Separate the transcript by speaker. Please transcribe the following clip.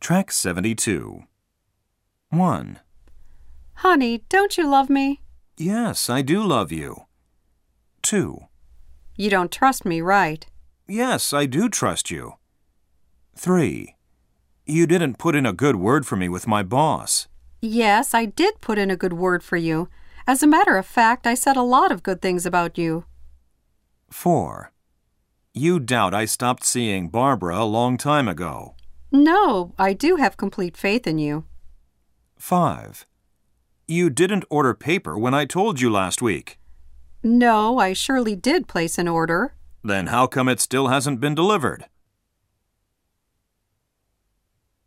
Speaker 1: Track 72. 1.
Speaker 2: Honey, don't you love me?
Speaker 1: Yes, I do love you. 2.
Speaker 2: You don't trust me, right?
Speaker 1: Yes, I do trust you. 3. You didn't put in a good word for me with my boss.
Speaker 2: Yes, I did put in a good word for you. As a matter of fact, I said a lot of good things about you.
Speaker 1: 4. You doubt I stopped seeing Barbara a long time ago.
Speaker 2: No, I do have complete faith in you.
Speaker 1: 5. You didn't order paper when I told you last week.
Speaker 2: No, I surely did place an order.
Speaker 1: Then how come it still hasn't been delivered?